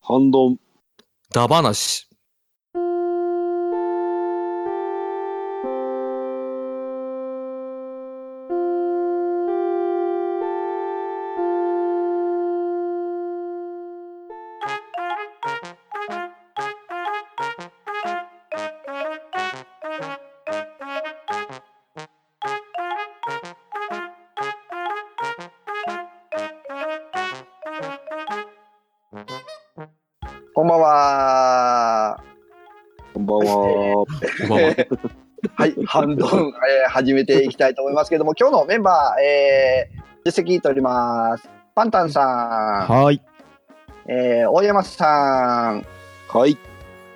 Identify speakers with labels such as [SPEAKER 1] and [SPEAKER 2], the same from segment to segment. [SPEAKER 1] 反論。
[SPEAKER 2] ダバなし。
[SPEAKER 3] こんばんは。
[SPEAKER 1] こんばんは。
[SPEAKER 2] こんばんは
[SPEAKER 3] はい、ハ ンドン、えー始めていきたいと思いますけども、今日のメンバー、えー、出席取ります。パンタンさ
[SPEAKER 4] はい。
[SPEAKER 3] ん、えー、大山さん、
[SPEAKER 1] はい。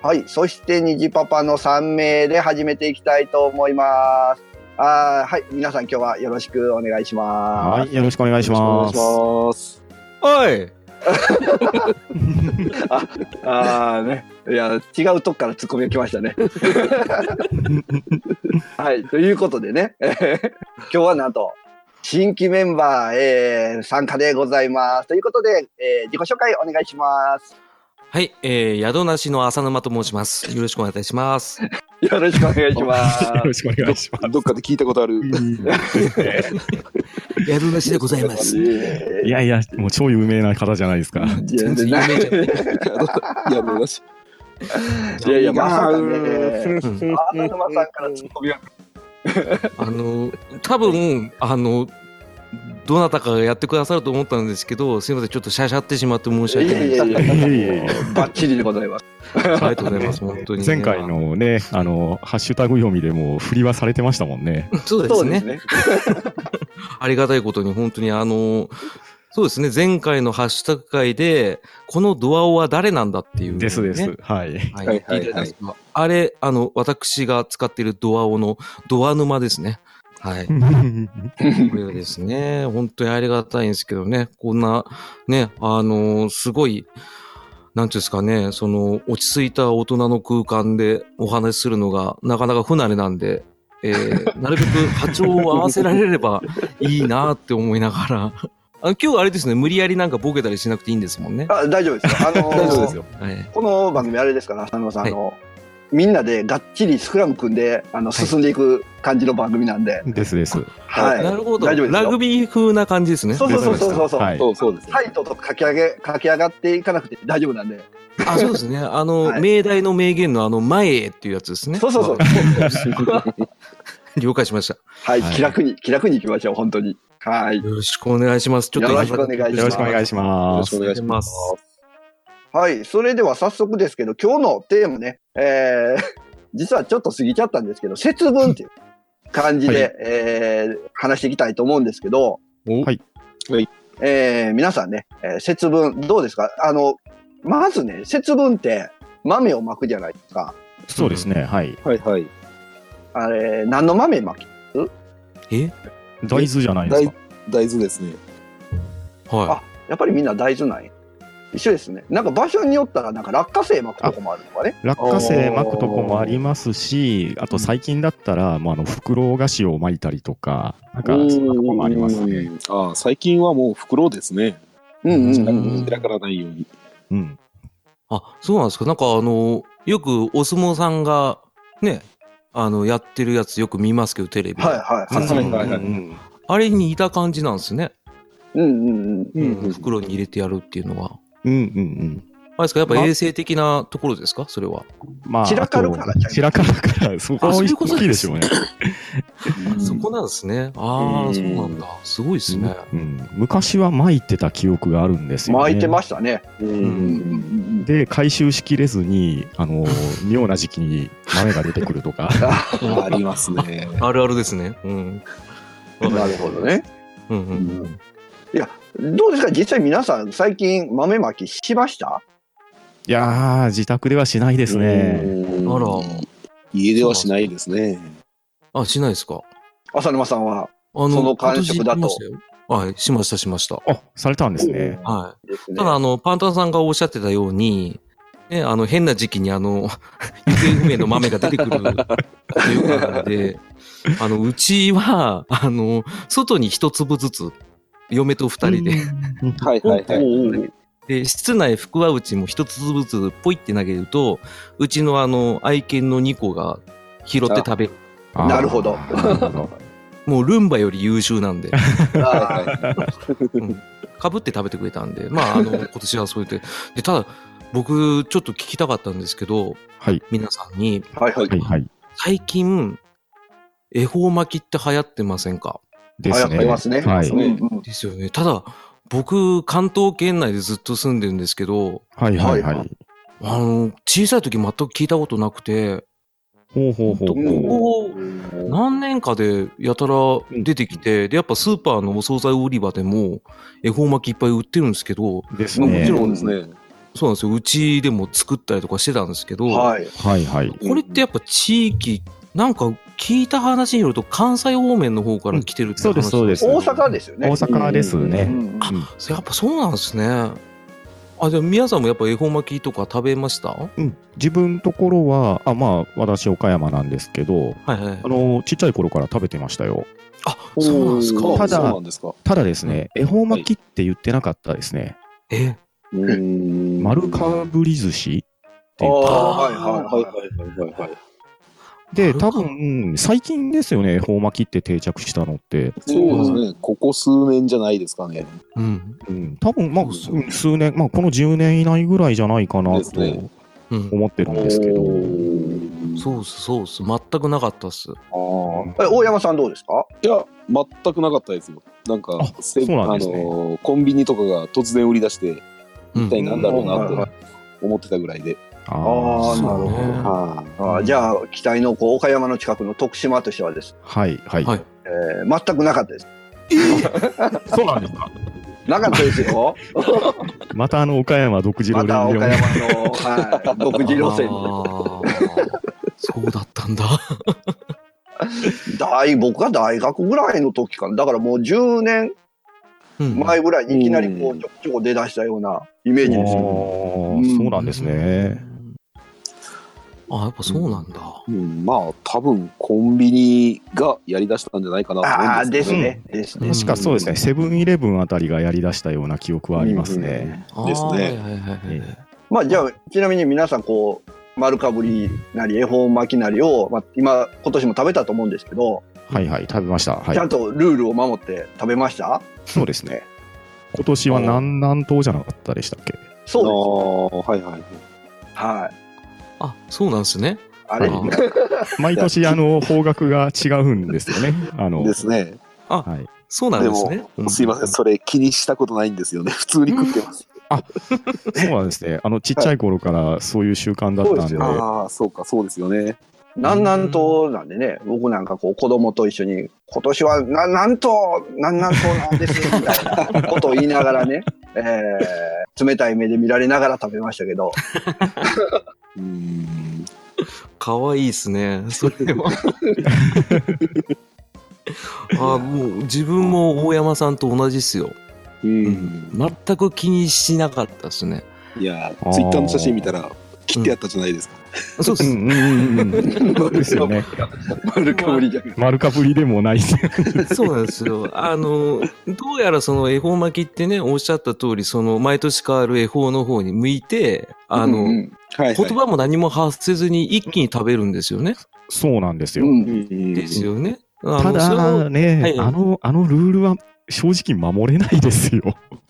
[SPEAKER 3] はい、そして虹パパの3名で始めていきたいと思います。あーはい、皆さん今日はよろしくお願いします。
[SPEAKER 4] はい。よろしくお願いし
[SPEAKER 1] お願
[SPEAKER 4] ま
[SPEAKER 1] い
[SPEAKER 4] す。
[SPEAKER 1] します。
[SPEAKER 2] おい
[SPEAKER 3] ああね。いや、違うとこからツッコミが来ましたね。はい。ということでね、え ー今日はなんと、新規メンバー、えー参加でございます。ということで、えー自己紹介お願いします。
[SPEAKER 2] はい、えー、宿なしの浅沼と申します。よろしくお願いいたします。
[SPEAKER 3] よろしくお願いしま。
[SPEAKER 4] よろしくお願いし ま
[SPEAKER 1] どっかで聞いたことある。
[SPEAKER 4] す。
[SPEAKER 2] 宿なしでございます す。
[SPEAKER 4] い
[SPEAKER 3] い
[SPEAKER 4] やいや、もう超有名な方じゃないですか。
[SPEAKER 2] 全然有名じゃない。
[SPEAKER 1] いや、めまし。
[SPEAKER 3] いやいや、
[SPEAKER 1] ま
[SPEAKER 3] ま
[SPEAKER 1] あ
[SPEAKER 3] さかね、
[SPEAKER 2] うん
[SPEAKER 3] 浅沼さんからツッコミが
[SPEAKER 2] あの、多分、あの、どなたかがやってくださると思ったんですけど、すみません、ちょっとシャシャってしまって申し訳ない
[SPEAKER 3] い
[SPEAKER 2] で
[SPEAKER 3] や
[SPEAKER 2] す。
[SPEAKER 3] いや
[SPEAKER 4] いやい
[SPEAKER 3] い
[SPEAKER 4] やい
[SPEAKER 3] や、バッチリでございます。
[SPEAKER 2] ありがとうございます、本当に、
[SPEAKER 4] 前回。のね、あの、ハッシュタグ読みでもう振りはされてましたもんね。
[SPEAKER 2] そうで
[SPEAKER 3] そ
[SPEAKER 2] す
[SPEAKER 3] うで
[SPEAKER 2] ね
[SPEAKER 3] す。ね。
[SPEAKER 2] ありがたいことに、本当にあの、そうですね、前回のハッシュタグ会で、このドアオは誰なんだっていう、ね。
[SPEAKER 4] ですです。はい。
[SPEAKER 2] はい。
[SPEAKER 1] は
[SPEAKER 2] はいい
[SPEAKER 1] はいはい
[SPEAKER 2] あれ、あの、私が使っているドアオのドア沼ですね。はい。これはですね、本当にありがたいんですけどね、こんな、ね、あのーすごい、なんていうんですかね、その、落ち着いた大人の空間でお話しするのが、なかなか不慣れなんで、え ーなるべく波長を合わせられればいいなって思いながら、あの今日あれですね、無理やりなんかボケたりしなくていいんですもんね。
[SPEAKER 3] あ大丈夫ですよ。あのー
[SPEAKER 1] 大丈夫ですよ。
[SPEAKER 2] はい、
[SPEAKER 3] この番組あれですから、浅沼さん、
[SPEAKER 2] はい
[SPEAKER 3] あの、みんなでがっちりスクラム組んで、あの、
[SPEAKER 2] はい
[SPEAKER 3] 進んでいく感じの番組なんで、
[SPEAKER 4] ですです。
[SPEAKER 3] はい。
[SPEAKER 2] なるほど。
[SPEAKER 3] 大丈夫ですよ
[SPEAKER 2] ラグビー風な感じですね。
[SPEAKER 3] そうそうそうそうそうそう
[SPEAKER 4] はい。
[SPEAKER 1] そうそうです。
[SPEAKER 3] サイトとか書き上げ、書き上がっていかなくて大丈夫なんで。
[SPEAKER 2] あ、そうですね。あの、
[SPEAKER 3] はい
[SPEAKER 2] 命題の名言のあの、前へっていうやつですね。
[SPEAKER 3] そうそうそう。
[SPEAKER 2] 了解しました。
[SPEAKER 3] はい、
[SPEAKER 4] はい
[SPEAKER 3] 気楽に、気楽に行きましょう、本当に。はい。
[SPEAKER 2] よろしくお願いします。ちょっと
[SPEAKER 3] よろしくお願いします
[SPEAKER 4] よろしくお願いし
[SPEAKER 1] よ
[SPEAKER 4] ま
[SPEAKER 1] ろし
[SPEAKER 4] す。
[SPEAKER 1] くお願いします。
[SPEAKER 3] はい、それでは早速ですけど、今日のテーマね、えー、 実はちょっと過ぎちゃったんですけど、節分っていう感じで、
[SPEAKER 4] は
[SPEAKER 3] えー話していきたいと思うんですけど、
[SPEAKER 2] お
[SPEAKER 4] はい
[SPEAKER 1] はい
[SPEAKER 3] えー皆さんね、えー節分どうですかあの、まずね、節分って豆をまくじゃないですか。
[SPEAKER 4] そうですね。はい。
[SPEAKER 1] はいはい。
[SPEAKER 3] あれ、何の豆まき
[SPEAKER 2] え
[SPEAKER 4] 大豆じゃないですか。
[SPEAKER 1] 大豆ですね。
[SPEAKER 2] は
[SPEAKER 3] やっぱりみんな大豆ない一緒ですね。なんか場所によったら、なんか落花生まくとこもあるとかね。
[SPEAKER 4] 落花生まくとこもありますし、あと最近だったら、もうあの、袋菓子をまいたりとか、なんか、そんなとこもありますね。
[SPEAKER 1] うん。ああ、最近はもう袋ですね。
[SPEAKER 3] うんうんうんうん。
[SPEAKER 1] 散らからないように。
[SPEAKER 4] うん。
[SPEAKER 2] い。あ、そうなんですか。なんかあの、よくお相撲さんが、ね、あの、やってるやつよく見ますけど、テレビで。
[SPEAKER 3] はいはいはい。
[SPEAKER 2] うん
[SPEAKER 1] はいはい
[SPEAKER 4] うん
[SPEAKER 2] あれに似た感じなんですね。
[SPEAKER 3] うんうんうん。
[SPEAKER 2] うん袋に入れてやるっていうのは。
[SPEAKER 4] うんうん
[SPEAKER 2] あれですか、やっぱ
[SPEAKER 4] ま
[SPEAKER 2] 衛生的なところですかそれは。
[SPEAKER 4] うん。まあ、
[SPEAKER 3] 散らかるから
[SPEAKER 4] あと散らかるから、そこ
[SPEAKER 2] あ
[SPEAKER 4] は
[SPEAKER 2] そういうこと
[SPEAKER 4] 大きいでしょうね。
[SPEAKER 1] うん
[SPEAKER 2] そこなんですね。あ
[SPEAKER 1] うん
[SPEAKER 2] あ、そうなんだ。すごいですね。
[SPEAKER 4] うん、昔は撒いてた記憶があるんですよ、ね。
[SPEAKER 3] 巻いてましたね。
[SPEAKER 1] う
[SPEAKER 3] うん
[SPEAKER 1] ん
[SPEAKER 3] うんうん。
[SPEAKER 4] で、回収しきれずに、あの、妙な時期に豆が出てくる とか。
[SPEAKER 1] ありますね。
[SPEAKER 2] あるあるですね。うん。
[SPEAKER 3] なるほどね。
[SPEAKER 2] うんうんうん。
[SPEAKER 3] どうですか実際皆さん最近豆まきしました
[SPEAKER 4] いやー、自宅ではしないで
[SPEAKER 1] です
[SPEAKER 4] ね。
[SPEAKER 2] あら。
[SPEAKER 1] 家ではしないですね。
[SPEAKER 2] あ、しないですか。
[SPEAKER 3] 浅沼さんは。
[SPEAKER 2] あの
[SPEAKER 3] その感触だと
[SPEAKER 2] 今年行きましたよはい、しました、しました。
[SPEAKER 4] あ、されたんですね。
[SPEAKER 2] は
[SPEAKER 3] です
[SPEAKER 2] い。
[SPEAKER 3] ね
[SPEAKER 2] ただ、あの、パンタンさんがおっしゃってたように、ね、あの、変な時期に、あの、 行方不明の豆が出てくることよくあるんで、あの、うちは、あの、外に一粒ずつ、嫁と二人で、
[SPEAKER 4] うん
[SPEAKER 1] はいはいはい。
[SPEAKER 2] で、室内福は内も一つずつポイって投げると、うちのあの、愛犬の2個が拾って食べる。
[SPEAKER 4] あー
[SPEAKER 3] なるほど
[SPEAKER 4] なるほど
[SPEAKER 2] もうルンバより優秀なんで、
[SPEAKER 3] あー
[SPEAKER 2] かぶって食べてくれたんで、まあ、 あの、今年はそうやって。で、ただ、僕、ちょっと聞きたかったんですけど、
[SPEAKER 4] はい。
[SPEAKER 2] 皆さんに、
[SPEAKER 3] はいはい
[SPEAKER 4] は。いはい。
[SPEAKER 2] 最近、恵方巻きって流行ってませんか
[SPEAKER 4] ですね。
[SPEAKER 3] 流行ってますね
[SPEAKER 4] はい。
[SPEAKER 1] そう
[SPEAKER 3] うん
[SPEAKER 2] ですよね。ただ、僕、関東圏内でずっと住んでるんですけど、
[SPEAKER 4] はいはいはい。
[SPEAKER 2] あの、小さい時全く聞いたことなくて、
[SPEAKER 4] ほうほうほうほ
[SPEAKER 1] うん
[SPEAKER 2] こ
[SPEAKER 4] う。
[SPEAKER 2] こ
[SPEAKER 1] うん
[SPEAKER 2] 何年かでやたら出てきて、で、やっぱスーパーのお惣菜売り場でも、恵方巻きいっぱい売ってるんですけど、
[SPEAKER 4] です
[SPEAKER 1] まあも
[SPEAKER 4] ね
[SPEAKER 1] ち。ろんですね。
[SPEAKER 2] そうなんですよ。うちでも作ったりとかしてたんですけど、
[SPEAKER 3] うんはい。
[SPEAKER 4] はいはい。
[SPEAKER 2] これってやっぱ地域、なんか聞いた話によると関西方面の方から来てるって話、
[SPEAKER 4] うんそうですそう
[SPEAKER 3] 大阪ですよね。
[SPEAKER 4] 大阪ですね。
[SPEAKER 3] うんうん
[SPEAKER 4] うん
[SPEAKER 2] やっぱそうなんですね。あ、じゃあ皆さんもやっぱ恵方巻きとか食べましたは
[SPEAKER 4] うん、自分ところは、あまあ、私、岡山なんですけど、
[SPEAKER 2] いはい
[SPEAKER 4] あ。のちっちゃい頃から食べてましたよ。
[SPEAKER 2] あ、そうなんです
[SPEAKER 1] おー
[SPEAKER 4] た
[SPEAKER 2] か。
[SPEAKER 4] だ
[SPEAKER 1] そうなんですか。
[SPEAKER 4] ただですね、恵方巻きって言ってなかったですね、
[SPEAKER 2] え、
[SPEAKER 1] うん
[SPEAKER 4] 丸かぶり寿司って言っ
[SPEAKER 3] あ
[SPEAKER 4] た
[SPEAKER 3] あ、はい
[SPEAKER 1] はいはい
[SPEAKER 3] は
[SPEAKER 1] はいはいはい。
[SPEAKER 4] で、多
[SPEAKER 2] 丸
[SPEAKER 4] 分最近ですよね、恵方巻きって定着したのって、
[SPEAKER 1] そうですね。ここ数年じゃないですかね。
[SPEAKER 2] うん。
[SPEAKER 4] うん、多分まあ、
[SPEAKER 1] そう
[SPEAKER 4] うん数年、まあ、この10年以内ぐらいじゃないかな
[SPEAKER 1] です
[SPEAKER 4] と
[SPEAKER 1] ね
[SPEAKER 2] うん。
[SPEAKER 4] 思ってるんですけど、
[SPEAKER 2] そうっす、そうっす。全くなかったっす。
[SPEAKER 1] おーあ
[SPEAKER 3] い。え大山さんどうですか
[SPEAKER 1] ーいや、全くなかったですよ。なんか、
[SPEAKER 4] あ
[SPEAKER 1] せ
[SPEAKER 4] そうなんですね
[SPEAKER 1] あのーコンビニとかが突然売り出して、
[SPEAKER 2] うん
[SPEAKER 1] 一体なんだろう
[SPEAKER 3] うん
[SPEAKER 1] なって思ってたぐらいで。
[SPEAKER 4] あ
[SPEAKER 3] あ
[SPEAKER 4] ー
[SPEAKER 3] あ、なるほど。
[SPEAKER 1] は
[SPEAKER 3] あーじゃあ、期待のこう岡山の近くの徳島としてはです、
[SPEAKER 4] はいはい、
[SPEAKER 2] はい
[SPEAKER 3] えー全くなかったです。
[SPEAKER 4] そうなんですか。
[SPEAKER 3] なかったですよ。
[SPEAKER 4] またあの岡山独自の
[SPEAKER 3] また
[SPEAKER 4] 連
[SPEAKER 3] 岡
[SPEAKER 4] 盟
[SPEAKER 3] 山 の、はい、独自路線で。
[SPEAKER 2] あーそうだったん だ。
[SPEAKER 3] 大、僕が大学ぐらいの時かな。だからもう10年
[SPEAKER 2] うん
[SPEAKER 3] 前ぐらいにいきなりこ
[SPEAKER 1] う
[SPEAKER 3] う、
[SPEAKER 1] ん
[SPEAKER 3] ちょこちょこ出だしたようなイメージですよ。
[SPEAKER 4] あ
[SPEAKER 3] うん
[SPEAKER 4] ーそうなんですね。。
[SPEAKER 2] あ、やっぱそうなんだ。
[SPEAKER 1] い。うん、まあ、多分、コンビニがやりだしたんじゃないかなと
[SPEAKER 3] あ
[SPEAKER 1] 思う
[SPEAKER 3] あ、
[SPEAKER 1] ん
[SPEAKER 3] で
[SPEAKER 1] です
[SPEAKER 3] す
[SPEAKER 1] けど、
[SPEAKER 3] ね。ですね。
[SPEAKER 4] 確かそうですね、セブンイレブンあたりがやりだしたような記憶はありますね。
[SPEAKER 2] あー
[SPEAKER 1] ですね
[SPEAKER 2] はいはいはいはい。
[SPEAKER 3] まあじゃあ、ちなみに皆さんこう、丸かぶりなり、恵方巻きなりを、まあ、今、今年も食べたと思うんですけど、
[SPEAKER 4] はいはい、食べました。は
[SPEAKER 3] ちゃん
[SPEAKER 4] い、
[SPEAKER 3] とルールを守って食べました
[SPEAKER 4] そうですね。今年は南南東じゃなかったでしたっけ
[SPEAKER 1] あ
[SPEAKER 3] そう
[SPEAKER 1] あ、はいはい。
[SPEAKER 3] です。はい。
[SPEAKER 2] あ、そうなんですね。
[SPEAKER 3] あれ
[SPEAKER 2] あー
[SPEAKER 4] 毎年、あの、方角が違うんですよね。あの、
[SPEAKER 1] ですね。
[SPEAKER 4] はい。
[SPEAKER 2] そうなん
[SPEAKER 1] で
[SPEAKER 2] です
[SPEAKER 1] も、
[SPEAKER 2] ね。
[SPEAKER 1] すいません、それ気にしたことないんですよね。普 通に食ってます。
[SPEAKER 4] そうなんですね。あの、ちっちゃい頃からそういう習慣だったんで、
[SPEAKER 3] そうです
[SPEAKER 1] ああ、そうか、そうですよね。
[SPEAKER 3] 南南東なんでね、僕なんかこう子供と一緒に、今年はな南東、南南東なんですよみたいなことを言いながらね、 えー冷たい目で見られながら食べましたけど、
[SPEAKER 1] うん。
[SPEAKER 2] かわいいですね。それは。あもう自分も大山さんと同じっすよ。
[SPEAKER 1] うん。
[SPEAKER 2] 全く気にしなかったっすね。
[SPEAKER 1] いや
[SPEAKER 4] あ、ー
[SPEAKER 1] ツイッターの写真見たら、切ってやったじゃないですか。
[SPEAKER 2] そうっ
[SPEAKER 4] う
[SPEAKER 2] す。
[SPEAKER 4] んうんうんうん。そうですよね。
[SPEAKER 3] 丸かぶりじゃん。
[SPEAKER 4] 丸かぶりでもないし。
[SPEAKER 2] そうなんですよ。あの、どうやらその恵方巻きってね、おっしゃった通り、その毎年変わる恵方の方に向いて、あの、
[SPEAKER 3] うんうん
[SPEAKER 1] はい、はい。
[SPEAKER 2] 言葉も何も発せずに一気に食べるんですよね。
[SPEAKER 4] そうなんですよ。
[SPEAKER 3] うん
[SPEAKER 1] うん
[SPEAKER 2] ですよね。あ
[SPEAKER 4] た
[SPEAKER 2] のそれも
[SPEAKER 4] だね、
[SPEAKER 2] はい
[SPEAKER 4] あの、あのルールは正直守れないですよ。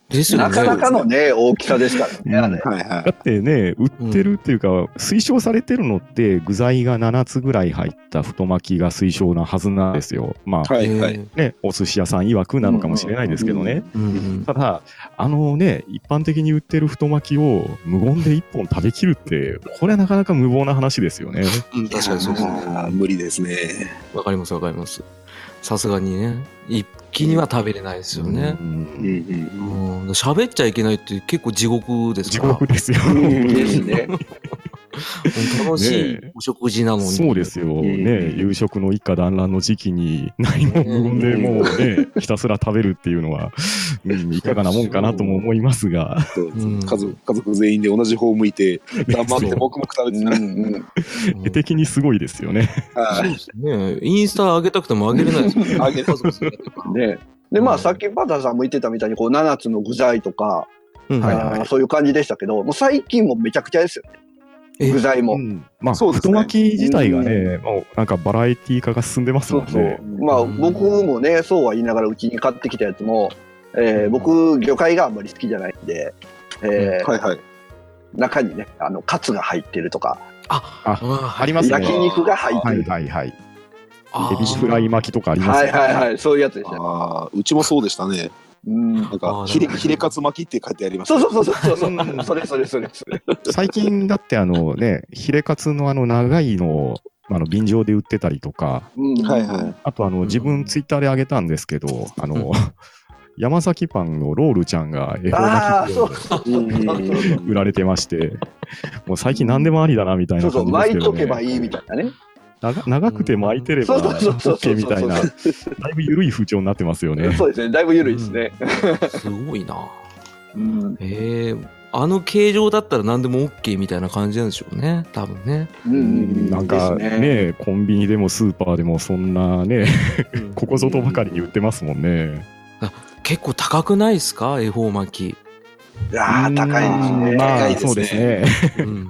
[SPEAKER 2] ですよ
[SPEAKER 3] な
[SPEAKER 2] ね。
[SPEAKER 3] かなかのね、大きさですからね。
[SPEAKER 1] はいは
[SPEAKER 4] だってね、売ってるっていうか、推奨されてるのって、具材が7つぐらい入った太巻きが推奨なはずなんですよ。まあ、
[SPEAKER 1] い。はいはい。
[SPEAKER 2] え
[SPEAKER 4] ね、お寿司屋さん曰くなのかもしれないですけどね。
[SPEAKER 2] ーうんうん
[SPEAKER 4] ただ、あのね、一般的に売ってる太巻きを無言で1本食べきるって、これはなかなか無謀な話ですよね。
[SPEAKER 2] うん、確かにそうですね。
[SPEAKER 1] あー無理ですね。
[SPEAKER 2] わかりますわかります。さすがにね、一気には食べれないですよね。
[SPEAKER 1] うん
[SPEAKER 2] う
[SPEAKER 1] うん
[SPEAKER 2] ん喋っちゃいけないって結構地獄です
[SPEAKER 4] 地
[SPEAKER 2] から。
[SPEAKER 4] 獄ですよ。
[SPEAKER 1] うん
[SPEAKER 3] ですね。
[SPEAKER 2] 楽しい
[SPEAKER 4] ねえ
[SPEAKER 2] お食事なのに。
[SPEAKER 4] そうですよ、
[SPEAKER 1] ん
[SPEAKER 4] ね、夕食の一家団らんの時期に何も無言でもうね、ひたすら食べるっていうのは、うん、いかがなもんかなとも思いますが、
[SPEAKER 1] そうです
[SPEAKER 2] うん
[SPEAKER 1] 家族家族全員で同じ方を向いて、黙って黙々食べてた
[SPEAKER 2] うん
[SPEAKER 4] 絵的にすごいですよね。
[SPEAKER 1] はい
[SPEAKER 2] ねえインスタ上げたくても上げれない ですよね。
[SPEAKER 1] 上げ
[SPEAKER 2] 家族連れてるから
[SPEAKER 3] ねでまあ、さっきバターさんも言ってたみたいにこう7つの具材とか
[SPEAKER 2] うん
[SPEAKER 4] はい
[SPEAKER 3] あーそういう感じでしたけど、もう最近もめちゃくちゃですよね。
[SPEAKER 2] え
[SPEAKER 3] 具材も。
[SPEAKER 4] うんまあ、
[SPEAKER 1] そうです
[SPEAKER 4] 太
[SPEAKER 1] ね
[SPEAKER 4] 巻き自体がね、もうなんかバラエティ化が進んでます
[SPEAKER 3] そ
[SPEAKER 4] もん
[SPEAKER 3] う
[SPEAKER 4] ね。
[SPEAKER 3] そう。まあ、僕もね、そうは言いながら、うちに買ってきたやつも、えー僕、魚介があんまり好きじゃないんで、えー
[SPEAKER 1] はいはい。
[SPEAKER 3] 中にね、あの、カツが入ってるとか、
[SPEAKER 2] あー
[SPEAKER 4] ありますね。
[SPEAKER 3] 焼肉が入って
[SPEAKER 4] はい
[SPEAKER 3] る。
[SPEAKER 4] はいはい。
[SPEAKER 2] あー
[SPEAKER 4] エビフライ巻きとかあります
[SPEAKER 3] はい
[SPEAKER 4] よね。
[SPEAKER 3] はいはい、そういうやつでしたね。
[SPEAKER 1] ああ、うちもそうでしたね。
[SPEAKER 3] うん
[SPEAKER 1] なん
[SPEAKER 2] あ
[SPEAKER 1] か
[SPEAKER 2] ー
[SPEAKER 1] ヒレ、
[SPEAKER 2] なるほど
[SPEAKER 1] ヒレカツ巻きって書いてありました
[SPEAKER 3] そ
[SPEAKER 1] ね。
[SPEAKER 3] うそうそうそうそう
[SPEAKER 4] うん
[SPEAKER 3] それそれそれそれ。
[SPEAKER 4] 最近だってあのね、ヒレカツのあの長いのをあの便乗で売ってたりとか、
[SPEAKER 3] うん
[SPEAKER 1] はいはい。
[SPEAKER 4] あとあの自分ツイッターで上げたんですけど、あの、 山崎パンのロールちゃんが恵方
[SPEAKER 3] ああ、
[SPEAKER 4] 巻き
[SPEAKER 3] そ
[SPEAKER 4] を
[SPEAKER 3] うそう
[SPEAKER 1] う
[SPEAKER 3] そ
[SPEAKER 1] んうん
[SPEAKER 3] う
[SPEAKER 1] うん
[SPEAKER 3] そう。
[SPEAKER 4] 売られてまして、もう最近何でもありだなみたい
[SPEAKER 3] そう
[SPEAKER 4] な
[SPEAKER 3] そう、
[SPEAKER 4] 感じ
[SPEAKER 3] 巻い
[SPEAKER 4] ですけど、
[SPEAKER 3] と
[SPEAKER 4] ね。
[SPEAKER 3] けばいいみたいなね。
[SPEAKER 4] 長長くて巻いてれば、
[SPEAKER 3] そ
[SPEAKER 4] オ
[SPEAKER 3] うそうそう
[SPEAKER 4] ッ
[SPEAKER 3] そ
[SPEAKER 4] ケ
[SPEAKER 3] う
[SPEAKER 4] ーみたいな、だ
[SPEAKER 3] そ
[SPEAKER 4] いぶ緩い風潮になってますよね。
[SPEAKER 3] うですね、だいぶ緩いですね。
[SPEAKER 2] すごいな。
[SPEAKER 3] うん。
[SPEAKER 2] ええあの形状だったら何でも OK みたいな感じなんでしょうね。多分ね。
[SPEAKER 3] うんうん
[SPEAKER 4] なんか
[SPEAKER 3] です
[SPEAKER 4] ねコンビニでもスーパーでもそんなね、
[SPEAKER 2] うん
[SPEAKER 4] ここぞとばかりに売ってますもんね。
[SPEAKER 2] 結構高くないですか恵方巻
[SPEAKER 3] いやー高いです
[SPEAKER 4] う
[SPEAKER 3] ね。
[SPEAKER 4] んまあ
[SPEAKER 1] 高いですね
[SPEAKER 4] そうですね。
[SPEAKER 2] き。うん。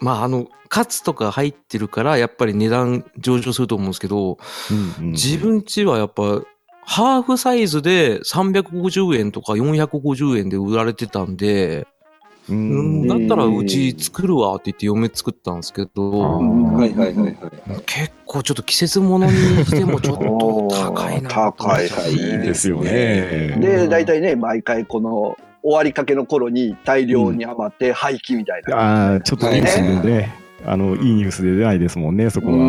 [SPEAKER 2] まああの、カツとか入ってるから、やっぱり値段上昇すると思うんですけど、
[SPEAKER 4] うんうん
[SPEAKER 2] 自分ちはやっぱ、ハーフサイズで350円とか450円で売られてたんで、う
[SPEAKER 4] う
[SPEAKER 2] ん、
[SPEAKER 4] ん
[SPEAKER 2] だったらうち作るわって言って嫁作ったんですけ
[SPEAKER 4] あ
[SPEAKER 2] ど、
[SPEAKER 4] ー
[SPEAKER 1] はいはいはいはい。
[SPEAKER 2] 結構ちょっと季節物にしてもちょっと高いな。
[SPEAKER 3] おー高い
[SPEAKER 1] 高
[SPEAKER 3] い
[SPEAKER 4] いいですよね。
[SPEAKER 3] で、
[SPEAKER 2] うん
[SPEAKER 3] 大体ね、毎回この終わりかけの頃に大量に余って廃棄みたいな。
[SPEAKER 4] ああ、ちょっとニュースでね、あの、いいニュースで出ないですもんね、そこ
[SPEAKER 1] ん
[SPEAKER 4] は。
[SPEAKER 1] う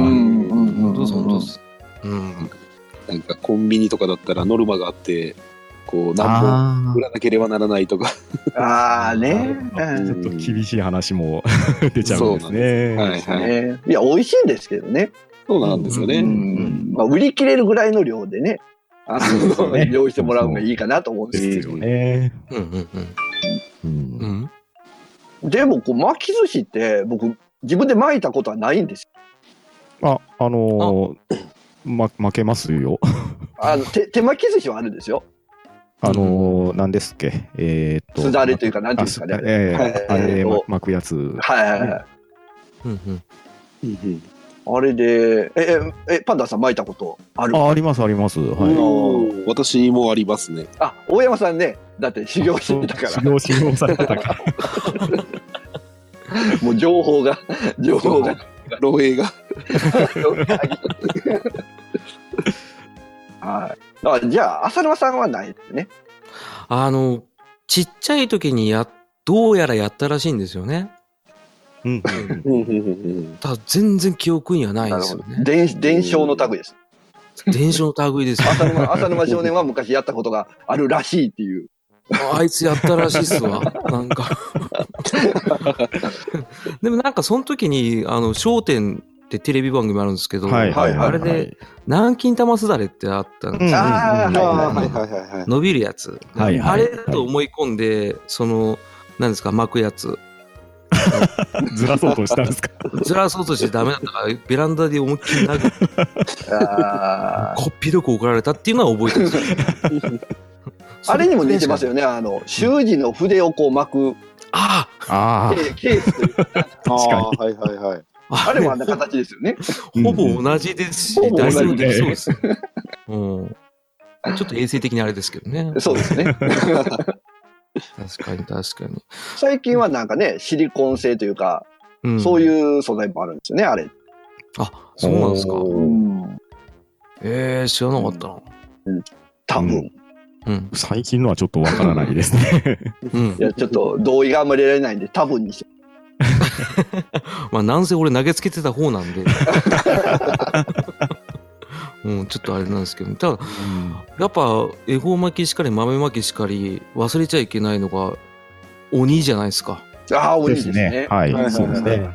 [SPEAKER 1] ん
[SPEAKER 2] 本当です、本当です。うん。
[SPEAKER 1] なんかコンビニとかだったらノルマがあって、こう、何本
[SPEAKER 4] あ
[SPEAKER 1] 売らなければならないとか。
[SPEAKER 3] ああね。
[SPEAKER 4] あ、
[SPEAKER 3] うん
[SPEAKER 4] ちょっと厳しい話も 出ちゃうんですね。
[SPEAKER 1] はいはい。
[SPEAKER 3] ねいや、美味しいんですけどね。
[SPEAKER 1] そうなんですよ
[SPEAKER 3] う
[SPEAKER 1] ね。
[SPEAKER 3] ん。まあ、売り切れるぐらいの量でね。あ
[SPEAKER 4] そう
[SPEAKER 3] の、
[SPEAKER 4] ね
[SPEAKER 3] 用意してもらうのがいいかなと思うんです
[SPEAKER 4] ですよね。
[SPEAKER 2] うんうんうん。
[SPEAKER 4] うん
[SPEAKER 2] うん、
[SPEAKER 3] でも、こう、巻き寿司って、僕、自分で巻いたことはないんですよ。
[SPEAKER 4] あ、あのーま、負けますよ。
[SPEAKER 3] あの、手、手巻き寿司はあるんですよ。
[SPEAKER 4] あのー、なんですっけ、えーっと。
[SPEAKER 3] すだれというか、なんていうんですかね
[SPEAKER 4] あ。ええ
[SPEAKER 3] はい
[SPEAKER 4] あれ、ま
[SPEAKER 3] お
[SPEAKER 4] 巻くやつ。
[SPEAKER 3] はいはいはい。
[SPEAKER 2] うんうん。
[SPEAKER 1] うん
[SPEAKER 3] あれで、え、え、えパンダさん巻いたことある
[SPEAKER 4] あ、あります、あります。
[SPEAKER 1] う
[SPEAKER 4] はい。
[SPEAKER 1] んうん私もありますね。
[SPEAKER 3] あ、大山さんね、だって修行してたか
[SPEAKER 4] 修行、修行されてたから。
[SPEAKER 3] ら、もう情報が、 情報が。
[SPEAKER 1] 漏洩が。
[SPEAKER 3] はい。あじゃあ、浅沼さんはないですね。
[SPEAKER 2] あの、ちっちゃい時にや、どうやらやったらしいんですよね。
[SPEAKER 4] うん。
[SPEAKER 2] ただ全然記憶にはないん
[SPEAKER 3] な
[SPEAKER 2] で
[SPEAKER 3] る
[SPEAKER 2] す
[SPEAKER 3] ほ
[SPEAKER 2] よ
[SPEAKER 3] ど。
[SPEAKER 2] ね。
[SPEAKER 3] 伝伝承の類です。
[SPEAKER 2] 伝承の類ですよ。
[SPEAKER 3] 浅沼浅沼少年は昔やったことがあるらしいっていう。
[SPEAKER 2] ああいつやったらしいっすわ。なん か。でもなんかその時に、あの、焦点ってテレビ番組あるんですけど、
[SPEAKER 4] はい、はい、はい。
[SPEAKER 2] あれで、南京玉すだれってあったんですよ。
[SPEAKER 3] あ
[SPEAKER 4] うん
[SPEAKER 3] ー
[SPEAKER 1] あー
[SPEAKER 3] は
[SPEAKER 1] はいはいはいはい。
[SPEAKER 2] 伸びるやつ。
[SPEAKER 4] はいはい
[SPEAKER 2] あれだと思い込んで、その、なんですか、巻くやつ。
[SPEAKER 4] ずらそうとしたんですか。
[SPEAKER 2] ずらそうとしてダメだったから、ベランダで思いっきり投げて、
[SPEAKER 3] いはいあ
[SPEAKER 2] こっぴどく怒られたっていうのは覚えてます
[SPEAKER 3] ーあれにも似てます
[SPEAKER 2] よ。
[SPEAKER 3] よね。あの、習字の筆をこう巻く
[SPEAKER 2] あ
[SPEAKER 4] あ
[SPEAKER 3] ケーケースという
[SPEAKER 1] あ
[SPEAKER 4] 確かに
[SPEAKER 1] ーはいはいはい。
[SPEAKER 2] あ
[SPEAKER 3] あれもあんな形ですよね。
[SPEAKER 4] あ。
[SPEAKER 2] ほぼ同じですし、
[SPEAKER 3] ほぼ同じ
[SPEAKER 2] 大丈夫ですそうです。うんちょっと衛生的にあれですけどね。
[SPEAKER 3] そうですね。
[SPEAKER 2] 確かに確かに。
[SPEAKER 3] 最近はなんかね、シリコン製というか、
[SPEAKER 2] うん
[SPEAKER 3] そういう素材もあるんですよね、あれ。
[SPEAKER 2] あ、そうなんですか。
[SPEAKER 4] おー
[SPEAKER 3] うん
[SPEAKER 2] ええー、知らなかったな。
[SPEAKER 3] 多
[SPEAKER 4] う
[SPEAKER 3] 分
[SPEAKER 4] ん。
[SPEAKER 2] うん。
[SPEAKER 4] 最近のはちょっとわからないですね。
[SPEAKER 2] うん
[SPEAKER 3] い。や、ちょっと同意があんまり得られないんで、多分にし
[SPEAKER 2] まあ、なんせ俺投げつけてた方なんで。 うん、ちょっとあれなんですけど、ただ、やっぱ、恵方巻きしかり、豆巻きしかり、忘れちゃいけないのが、鬼じゃないですか。
[SPEAKER 3] ああ、多い
[SPEAKER 4] で
[SPEAKER 3] です
[SPEAKER 4] す
[SPEAKER 3] ね
[SPEAKER 4] ね。。は
[SPEAKER 1] はいはい
[SPEAKER 4] い、
[SPEAKER 1] はい
[SPEAKER 4] そうですね。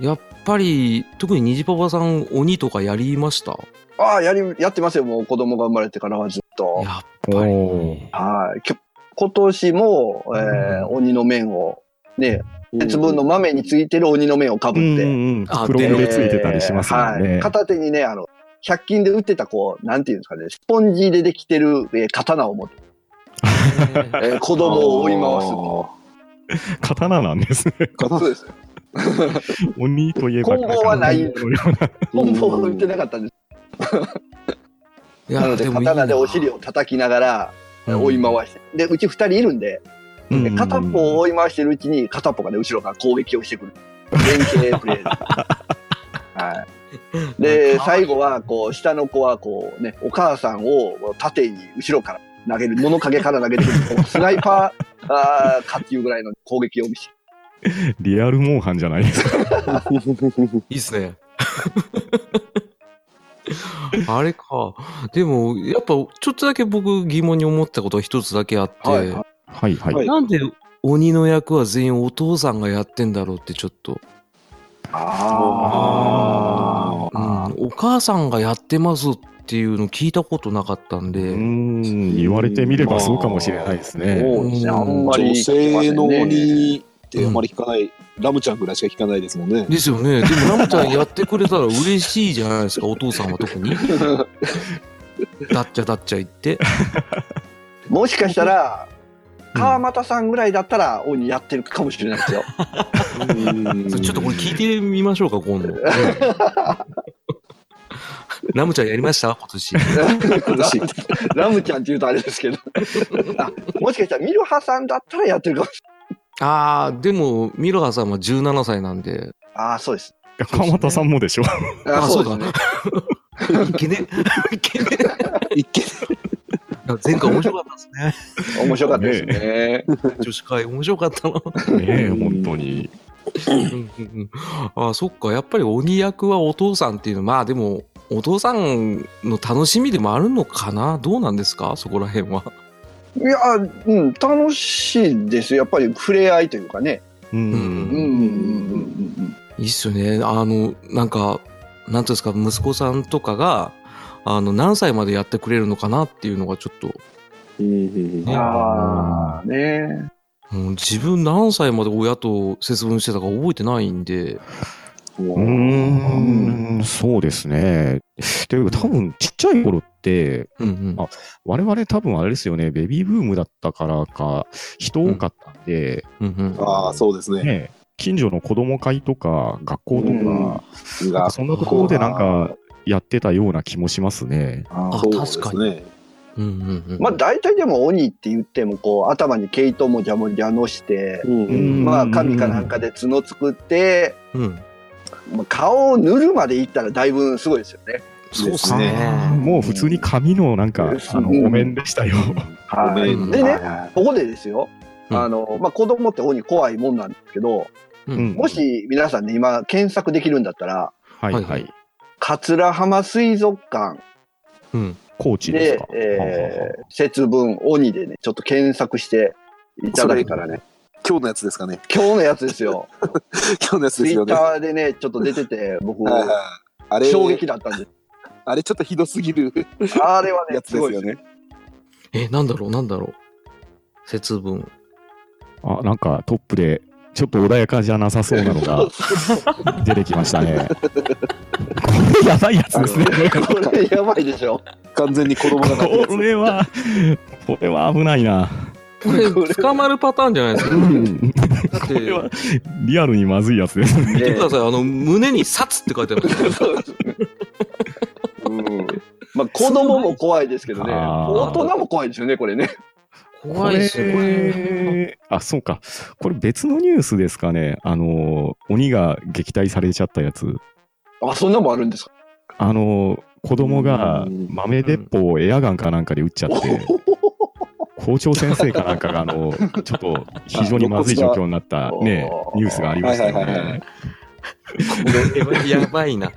[SPEAKER 2] やっぱり、特に虹パパさん、鬼とかやりました
[SPEAKER 3] ああ、やり、やってますよ、もう子供が生まれてからはずっと。
[SPEAKER 2] やっ
[SPEAKER 4] お
[SPEAKER 2] ぱり。
[SPEAKER 4] ー
[SPEAKER 3] はい。きょ今年も、えー鬼の面を、ね、鉄分の豆についてる鬼の面をかぶ
[SPEAKER 4] うん
[SPEAKER 3] っ
[SPEAKER 4] う
[SPEAKER 3] て。
[SPEAKER 4] んうん。
[SPEAKER 2] あ
[SPEAKER 4] 袋
[SPEAKER 2] で
[SPEAKER 4] に
[SPEAKER 2] うん
[SPEAKER 4] でついてたりしますもん
[SPEAKER 3] えーは
[SPEAKER 4] ね
[SPEAKER 3] い。片手にね、あの、100均で売ってた、こう、なんていうんですかね、スポンジでできてる、えー刀を持って。
[SPEAKER 2] ね
[SPEAKER 3] えー子供を追い回す。
[SPEAKER 4] 刀なんですね。
[SPEAKER 3] そうです。
[SPEAKER 4] 鬼といえば
[SPEAKER 3] 棍棒はない
[SPEAKER 4] 刀のような
[SPEAKER 3] 本棒を打ってなかったんです。
[SPEAKER 2] い
[SPEAKER 3] なので、刀でお尻を叩きながら、えー追い回して。で、うち二人いるんで、
[SPEAKER 4] うん
[SPEAKER 3] で片方を追い回してるうちに、片方がね、後ろから攻撃をしてくる。連携プレーで。 はい。で、最後は、こう、下の子は、こうね、お母さんを縦に後ろから投げる、物陰から投げてくる、こうスナイパー あーかっていうぐらいの攻撃を見せ
[SPEAKER 4] リアルモンハンじゃないですか。
[SPEAKER 2] いいっすね。 あれか。でも、やっぱ、ちょっとだけ僕疑問に思ったことは一つだけあって、
[SPEAKER 3] はいは
[SPEAKER 4] はいはい。
[SPEAKER 3] はい
[SPEAKER 2] なんで鬼の役は全員お父さんがやってんだろうってちょっと、
[SPEAKER 3] あ
[SPEAKER 2] うんお母さんがやってますっていうの聞いたことなかったんで、
[SPEAKER 4] うーん言われてみればそうかもしれないですね。
[SPEAKER 3] そうです
[SPEAKER 2] うん
[SPEAKER 3] ね、あんまり
[SPEAKER 1] 女性の
[SPEAKER 3] に
[SPEAKER 1] 鬼ってあまり聞かない、ラムちゃんぐらいしか聞かないですもんね。
[SPEAKER 2] ですよね。でも、ラムちゃんやってくれたら嬉しいじゃないですか、お父さんは特に。だっちゃだっちゃ言って。
[SPEAKER 3] もしかしたら、川又さんぐらいだったら、鬼やってるかもしれないですよ。
[SPEAKER 2] ちょっとこれ聞いてみましょうか、今度。ラムちゃんやりました今年。
[SPEAKER 3] ラムちゃんって言うとあれですけ ど。あもしかしたら、ミルハさんだったらやってるかもし
[SPEAKER 2] ああ、でも、ミロハさんは17歳なんで。
[SPEAKER 3] れない。ああ、そうです。
[SPEAKER 4] 鎌田さんもでしょ。
[SPEAKER 3] あ
[SPEAKER 2] あ
[SPEAKER 3] あ、そうですね。
[SPEAKER 2] いけねえ。いけねえ。いけねえ。前回面白かったです
[SPEAKER 3] 面白かったですね。
[SPEAKER 2] ね。女子会面白かったな。
[SPEAKER 4] ねえ本当に。
[SPEAKER 2] うんうんうんああ、そっか。やっぱり鬼役はお父さんっていうのまあでも、お父さんの楽しみでもあるのかなどうなんですかそこら辺は。
[SPEAKER 3] いや、うん、楽しいですよ。やっぱり触れ合いというかね。
[SPEAKER 4] う。
[SPEAKER 3] うん、うんん、うん、
[SPEAKER 2] いいっすよね。あの、なんか、なんていうんですか、息子さんとかが、あの、何歳までやってくれるのかなっていうのがちょっと、
[SPEAKER 3] うん。ああ、ね
[SPEAKER 2] うん自分何歳まで親と節分してたか覚えてないんで、
[SPEAKER 4] うーんそうですね。というか多分ちっちゃい頃って
[SPEAKER 2] うんうん。
[SPEAKER 4] あ我々多分あれですよねベビーブームだったからか人多かったんで、
[SPEAKER 2] うんうん
[SPEAKER 1] ああ、そうですね。
[SPEAKER 4] ね近所の子供会とか学校とか、
[SPEAKER 1] う
[SPEAKER 4] なん
[SPEAKER 1] わ
[SPEAKER 4] かそんなところでなんかやってたような気もしますね。
[SPEAKER 1] あ
[SPEAKER 2] あ
[SPEAKER 1] そうです
[SPEAKER 2] 確
[SPEAKER 1] ね。
[SPEAKER 2] うんうんうん
[SPEAKER 3] まあ、大体でも鬼って言っても、こう、頭に毛糸もじゃもじゃのして、
[SPEAKER 1] うん
[SPEAKER 4] うん
[SPEAKER 3] まあ、神かなんかで角作って、
[SPEAKER 2] うん
[SPEAKER 3] まあ顔を塗るまでいったらだいぶすごいですよね。
[SPEAKER 2] そうっす
[SPEAKER 1] です
[SPEAKER 2] ね
[SPEAKER 1] ね。
[SPEAKER 4] もう普通に紙のなんか、あの
[SPEAKER 3] うん
[SPEAKER 4] お面でしたよ。
[SPEAKER 1] ごめん
[SPEAKER 3] でね
[SPEAKER 1] は
[SPEAKER 3] ここでですよ、
[SPEAKER 2] うん
[SPEAKER 3] あの、まあ、子供って鬼怖いもんなんですけど、
[SPEAKER 2] うん
[SPEAKER 3] も、し皆さんね、今検索できるんだったら、
[SPEAKER 4] はいはい。
[SPEAKER 3] 桂浜水族館
[SPEAKER 2] うん。
[SPEAKER 4] コーチです
[SPEAKER 3] で
[SPEAKER 4] か、。
[SPEAKER 3] えー節分鬼でね、ちょっと検索していただいたらね、
[SPEAKER 1] 今日のやつですかね。
[SPEAKER 3] 今日のやつですよ。
[SPEAKER 1] 今日のやつ
[SPEAKER 3] ツ
[SPEAKER 1] です
[SPEAKER 3] イッ
[SPEAKER 1] よね。
[SPEAKER 3] ターでね、ちょっと出てて、僕、
[SPEAKER 1] はいはいあれ、
[SPEAKER 3] 衝撃だったんで
[SPEAKER 1] あれちょっとひどすぎる
[SPEAKER 3] す。あれはね
[SPEAKER 1] や、つ
[SPEAKER 3] す
[SPEAKER 1] で
[SPEAKER 3] ご
[SPEAKER 1] す
[SPEAKER 3] い
[SPEAKER 1] よね。
[SPEAKER 2] え、なんだろうなんだろう節分。
[SPEAKER 4] あ、なんかトップで、ちょっと穏やかじゃなさそうなのが出てきましたね。これやばいやつですね。
[SPEAKER 3] これやばいでしょ。
[SPEAKER 1] 完全に子供がなってる
[SPEAKER 4] これは、これは危ないな。
[SPEAKER 2] これ、捕まるパターンじゃないですか。だって、
[SPEAKER 4] れはリアルにまずいやつです ね。
[SPEAKER 2] 見てください。あの、胸に殺って書いてある。
[SPEAKER 3] うんまあ子供も怖いですけどね、
[SPEAKER 4] あー
[SPEAKER 3] 大人も怖いですよね、これね。
[SPEAKER 4] こ
[SPEAKER 2] 怖いっ
[SPEAKER 4] れ
[SPEAKER 2] すよ、これ。
[SPEAKER 4] あ、そうか。これ別のニュースですかね。あの、鬼が撃退されちゃったやつ。
[SPEAKER 3] あ、そんなもんあるんですか。
[SPEAKER 4] あの、子供が
[SPEAKER 1] うん
[SPEAKER 4] 豆鉄砲をエアガンかなんかで撃っちゃって、校長先生かなんかが、あの、ちょっと非常にまずい状況になった
[SPEAKER 3] あ
[SPEAKER 4] ね
[SPEAKER 3] お、ー
[SPEAKER 4] ニュースがありましたよ
[SPEAKER 1] はいはいはいは
[SPEAKER 4] ね。
[SPEAKER 2] やばいな。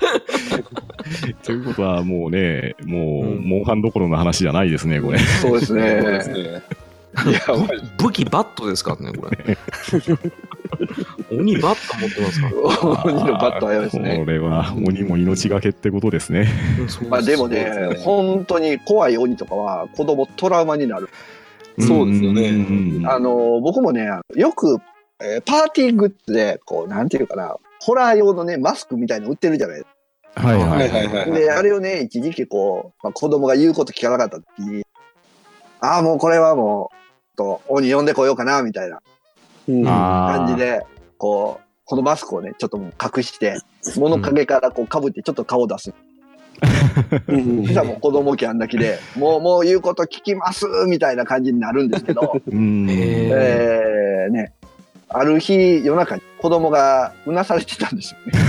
[SPEAKER 4] ということは、もうね、もう、
[SPEAKER 2] うん
[SPEAKER 4] モンハンどころの話じゃないですね、これ。
[SPEAKER 3] そうです
[SPEAKER 1] そうです
[SPEAKER 3] ね。
[SPEAKER 1] ね。
[SPEAKER 3] やばい
[SPEAKER 2] 武器バットですからね、これ。鬼バット持ってますから。
[SPEAKER 3] 鬼のバットはやばいですね。
[SPEAKER 4] これは、鬼も命がけってことですね。
[SPEAKER 3] まあでもね
[SPEAKER 1] そうですね
[SPEAKER 3] 本当に怖い鬼とかは子供トラウマになる。
[SPEAKER 1] そうですよね
[SPEAKER 4] んうんうん
[SPEAKER 3] あの、僕もね、よく、えーパーティーグッズで、こう、なんていうかな、ホラー用のね、マスクみたいなの売ってるじゃないです
[SPEAKER 4] はいは
[SPEAKER 1] はい
[SPEAKER 4] いは。
[SPEAKER 1] はいいはい
[SPEAKER 3] か。
[SPEAKER 1] はい。
[SPEAKER 3] で、あれをね、一時期こう、まあ、子供が言うこと聞かなかった時に、ああ、もうこれはもと鬼呼んでこようかな、みたいな
[SPEAKER 1] うん
[SPEAKER 4] あ
[SPEAKER 3] 感じ
[SPEAKER 4] ー
[SPEAKER 3] で、こう、このマスクをね、ちょっともう隠して、物陰からこう被ってちょっと 顔出す。
[SPEAKER 1] うん
[SPEAKER 3] 実はもう子供キャンだけで、もう、もう言うこと聞きます、みたいな感じになるんですけど、
[SPEAKER 4] うん。
[SPEAKER 2] えー
[SPEAKER 3] えー、ね、ある日夜中に子供がうなされてたんですよね。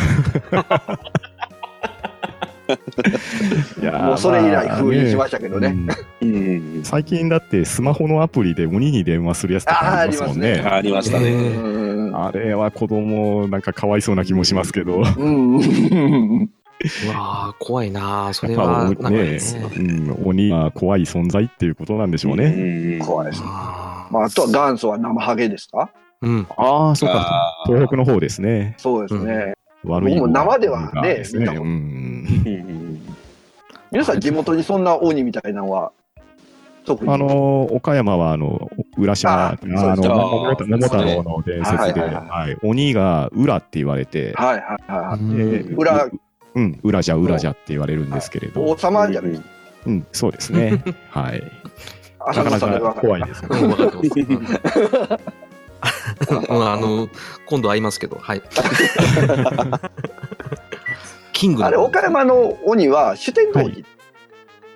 [SPEAKER 4] いやー
[SPEAKER 3] もうそれ以来
[SPEAKER 4] あ
[SPEAKER 3] 封印しましたけどね。
[SPEAKER 4] うん
[SPEAKER 1] うん
[SPEAKER 4] 最近だってスマホのアプリで鬼に電話するやつとかありますもんね。
[SPEAKER 1] ありましたね。
[SPEAKER 2] え
[SPEAKER 3] うん
[SPEAKER 4] あれは子供なんかかわいそうな気もしますけど。
[SPEAKER 3] うんうん
[SPEAKER 2] うわあ、怖いなあ。それ
[SPEAKER 4] ま
[SPEAKER 2] は、
[SPEAKER 4] あ、
[SPEAKER 2] な
[SPEAKER 4] ね
[SPEAKER 2] んかね。
[SPEAKER 4] うん、鬼は怖い存在っていうことなんでしょうね。
[SPEAKER 1] ね
[SPEAKER 3] 怖いですね。
[SPEAKER 2] あ
[SPEAKER 3] まあ、あとは元祖は生ハゲですか
[SPEAKER 2] うん。
[SPEAKER 4] ああ、そうか。
[SPEAKER 1] あ
[SPEAKER 4] 東北の方ですね。
[SPEAKER 3] そうですね。
[SPEAKER 4] 悪い
[SPEAKER 3] 僕も
[SPEAKER 4] 方
[SPEAKER 3] 生ではね
[SPEAKER 4] がです
[SPEAKER 3] 見
[SPEAKER 4] ね
[SPEAKER 3] たこと
[SPEAKER 4] うん。
[SPEAKER 1] ーうん
[SPEAKER 3] 皆さん地元にそんな鬼みたいなのは、特に。
[SPEAKER 4] あの、岡山は、あの、浦島、
[SPEAKER 3] あ
[SPEAKER 4] あ
[SPEAKER 3] そうです
[SPEAKER 4] の、
[SPEAKER 3] あ
[SPEAKER 4] 桃太桃太郎の伝
[SPEAKER 3] は
[SPEAKER 4] 説
[SPEAKER 3] い
[SPEAKER 4] で、
[SPEAKER 3] はいはい
[SPEAKER 4] はい鬼が裏って言われて、
[SPEAKER 3] はいはいはい。
[SPEAKER 4] で
[SPEAKER 2] うん
[SPEAKER 3] 裏、
[SPEAKER 4] うん、裏じゃ裏じゃって言われるんですけれど
[SPEAKER 3] 王、様じゃないですか。
[SPEAKER 4] うん、そうで すね。はい。
[SPEAKER 3] 浅野さんでわかる
[SPEAKER 4] 怖いですよね。
[SPEAKER 2] うんわかってますうんうんあの、今度会いますけど、 はい。キングの
[SPEAKER 3] あれ、岡山の鬼は主天王寺。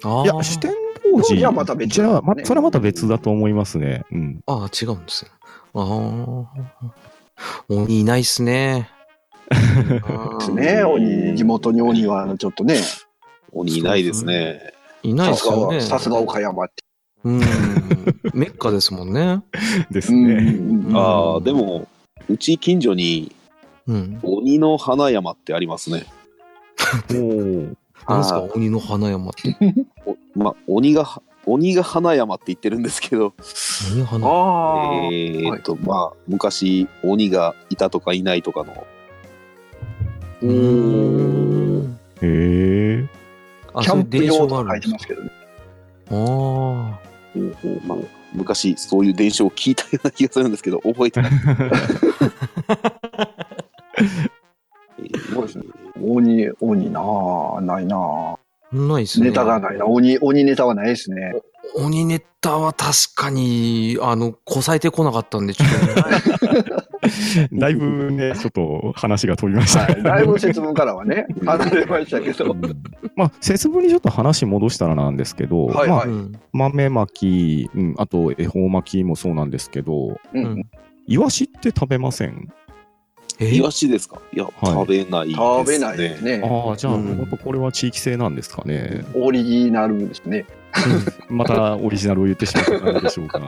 [SPEAKER 2] あー
[SPEAKER 4] いや、四天王寺。
[SPEAKER 3] じゃあまた別
[SPEAKER 4] じゃあま
[SPEAKER 3] ね
[SPEAKER 4] それはまた別だと思いますね。うん。
[SPEAKER 2] ああ、違うんですね。ああ。鬼いないっすね。
[SPEAKER 3] ですね、鬼、地元に鬼は、あのちょっとね、
[SPEAKER 1] 鬼いないですね。
[SPEAKER 2] いない
[SPEAKER 3] さ
[SPEAKER 2] っ
[SPEAKER 3] す
[SPEAKER 2] す
[SPEAKER 3] が
[SPEAKER 2] よね。
[SPEAKER 3] は、さすが岡山って。
[SPEAKER 2] うん。メッカですもんね。
[SPEAKER 4] ですね。
[SPEAKER 2] うん
[SPEAKER 1] ああ、でも、うち近所に
[SPEAKER 2] うん。
[SPEAKER 1] 鬼の花山ってありますね。
[SPEAKER 4] おー
[SPEAKER 2] なんすか、
[SPEAKER 1] あ
[SPEAKER 2] 鬼の花山って。
[SPEAKER 1] おまあ、鬼が、鬼が花山って言ってるんですけど、
[SPEAKER 2] 鬼花山。
[SPEAKER 3] あ
[SPEAKER 1] えーっと、まあ、昔、鬼がいたとかいないとかの、
[SPEAKER 2] うーん。
[SPEAKER 4] へえ。
[SPEAKER 2] あ、
[SPEAKER 3] キャ
[SPEAKER 2] そうい
[SPEAKER 3] ン
[SPEAKER 2] う
[SPEAKER 3] プ
[SPEAKER 2] 伝
[SPEAKER 3] 用
[SPEAKER 2] 承
[SPEAKER 3] と
[SPEAKER 2] があ
[SPEAKER 3] 書
[SPEAKER 2] る
[SPEAKER 3] い
[SPEAKER 2] んです
[SPEAKER 3] てま
[SPEAKER 2] か
[SPEAKER 3] すけどね。
[SPEAKER 2] ああ。
[SPEAKER 1] まあ、昔、そういう伝承を聞いたような気がするんですけど、覚えてない。えー
[SPEAKER 3] そうですね鬼、鬼なぁ、ないなぁ。
[SPEAKER 2] ないっすね。
[SPEAKER 3] ネタがないな。鬼、鬼ネタはないですね。
[SPEAKER 2] 鬼ネタは確かに、あの、こさえてこなかったんで、ちょっと。
[SPEAKER 4] だいぶね、ちょっと話が飛びました
[SPEAKER 3] は
[SPEAKER 4] け
[SPEAKER 3] い。
[SPEAKER 4] ど
[SPEAKER 3] だいぶ節分からはね、離れましたけど。
[SPEAKER 4] まあ、節分にちょっと話戻したらなんですけど、
[SPEAKER 3] はい
[SPEAKER 4] ま
[SPEAKER 3] は
[SPEAKER 4] あ
[SPEAKER 3] い、
[SPEAKER 2] うん。
[SPEAKER 4] 豆まき、うん、あと恵方巻きもそうなんですけど、
[SPEAKER 3] う
[SPEAKER 2] うん
[SPEAKER 3] ん。
[SPEAKER 4] イワシって食べません
[SPEAKER 2] え
[SPEAKER 1] イワシですかいや、食べないです、ね。
[SPEAKER 3] 食べないですね。
[SPEAKER 4] ああ、じゃあ、
[SPEAKER 2] うん
[SPEAKER 4] 本当これは地域性なんですかね。
[SPEAKER 3] オリジナルですね。
[SPEAKER 4] またオリジナルを言ってしまったんでしょうか。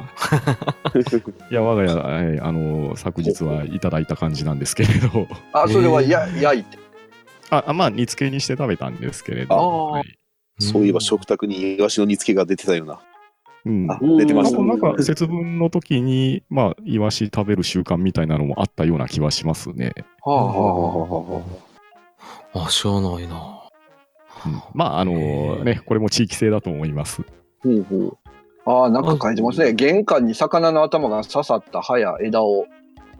[SPEAKER 4] いや、我が家、えーあの、昨日はいただいた感じなんですけれど、
[SPEAKER 3] あ、それはや、焼いて。
[SPEAKER 4] あ、あまあ、煮付けにして食べたんですけれど、
[SPEAKER 1] あー
[SPEAKER 4] はい
[SPEAKER 1] そういえば食卓にイワシの煮付けが出てたような。
[SPEAKER 4] うん、
[SPEAKER 1] あ出てました。
[SPEAKER 4] なんか節分の時に、まあ、イワシ食べる習慣みたいなのもあったような気はしますね。
[SPEAKER 3] はあ
[SPEAKER 2] はああ、知らないな。
[SPEAKER 4] うんまあ、あのね、これも地域性だと思います。
[SPEAKER 3] ほうほう。ああ、なんか書いてますね。玄関に魚の頭が刺さった葉や枝を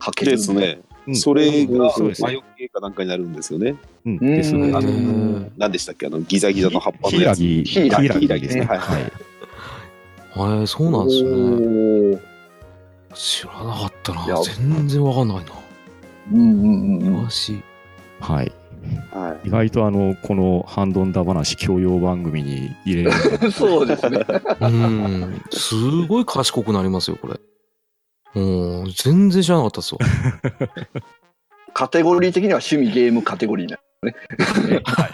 [SPEAKER 3] かける。
[SPEAKER 1] です。ね。
[SPEAKER 4] うん
[SPEAKER 1] それが
[SPEAKER 4] そうですね
[SPEAKER 1] 魔除けかなんかになるんですよね。
[SPEAKER 4] うん、
[SPEAKER 3] うん
[SPEAKER 4] ですね。
[SPEAKER 1] あ
[SPEAKER 4] あ
[SPEAKER 1] の
[SPEAKER 2] うん
[SPEAKER 1] 何でしたっけあのギザギザの葉っぱの
[SPEAKER 4] の、ヒイ
[SPEAKER 1] や
[SPEAKER 4] ラ
[SPEAKER 1] つ。
[SPEAKER 4] ギ、
[SPEAKER 3] ヒイラギ
[SPEAKER 4] ヒイラギですね。
[SPEAKER 1] はい
[SPEAKER 4] はい。
[SPEAKER 2] ええ、そうなんですね。
[SPEAKER 3] ね。
[SPEAKER 2] 知らなかった
[SPEAKER 3] いや
[SPEAKER 2] な。全然わかんないな。
[SPEAKER 3] うんうんう
[SPEAKER 2] イ
[SPEAKER 3] んうん
[SPEAKER 2] ワ。シ。
[SPEAKER 4] はい。
[SPEAKER 1] は
[SPEAKER 4] 意外とあの、このハンドンダ話教養番組に入れる。
[SPEAKER 3] そうですね。
[SPEAKER 2] うん。すごい賢くなりますよ、これ。うん。全然知らなかったっすわ。
[SPEAKER 3] カテゴリー的には趣味ゲームカテゴリーな。
[SPEAKER 4] は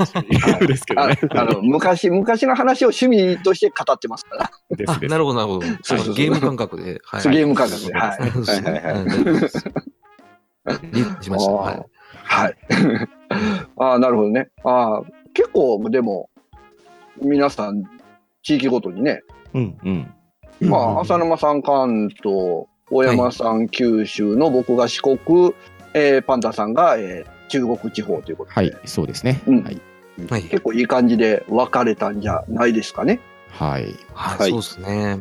[SPEAKER 4] いですけど
[SPEAKER 3] あ
[SPEAKER 4] ね。
[SPEAKER 3] あの、昔、昔の話を趣味として語ってますから。
[SPEAKER 4] です
[SPEAKER 2] あ、
[SPEAKER 4] です
[SPEAKER 2] なるほど、なるほど。
[SPEAKER 3] そうそうそう
[SPEAKER 2] ゲーム感覚で。は
[SPEAKER 3] ゲーム感覚で。はい。
[SPEAKER 2] そうですね
[SPEAKER 1] はいはいはい
[SPEAKER 2] うん大丈夫ですリードしました。
[SPEAKER 3] あー
[SPEAKER 2] はい。
[SPEAKER 3] はい。 ああ、なるほどね。ああ、結構、でも、皆さん、地域ごとにね、
[SPEAKER 4] うんうん。
[SPEAKER 3] ま
[SPEAKER 2] うんうん
[SPEAKER 3] あ、浅沼さん関東、大山さん九州の僕が四国、えーパンダさんが、えー中国地方ということで、
[SPEAKER 4] はい、そうですね。
[SPEAKER 3] うん
[SPEAKER 4] はい。
[SPEAKER 2] はい。
[SPEAKER 3] 結構いい感じで分かれたんじゃないですかね。
[SPEAKER 4] はい。
[SPEAKER 2] は。
[SPEAKER 1] はいい
[SPEAKER 2] そうですね。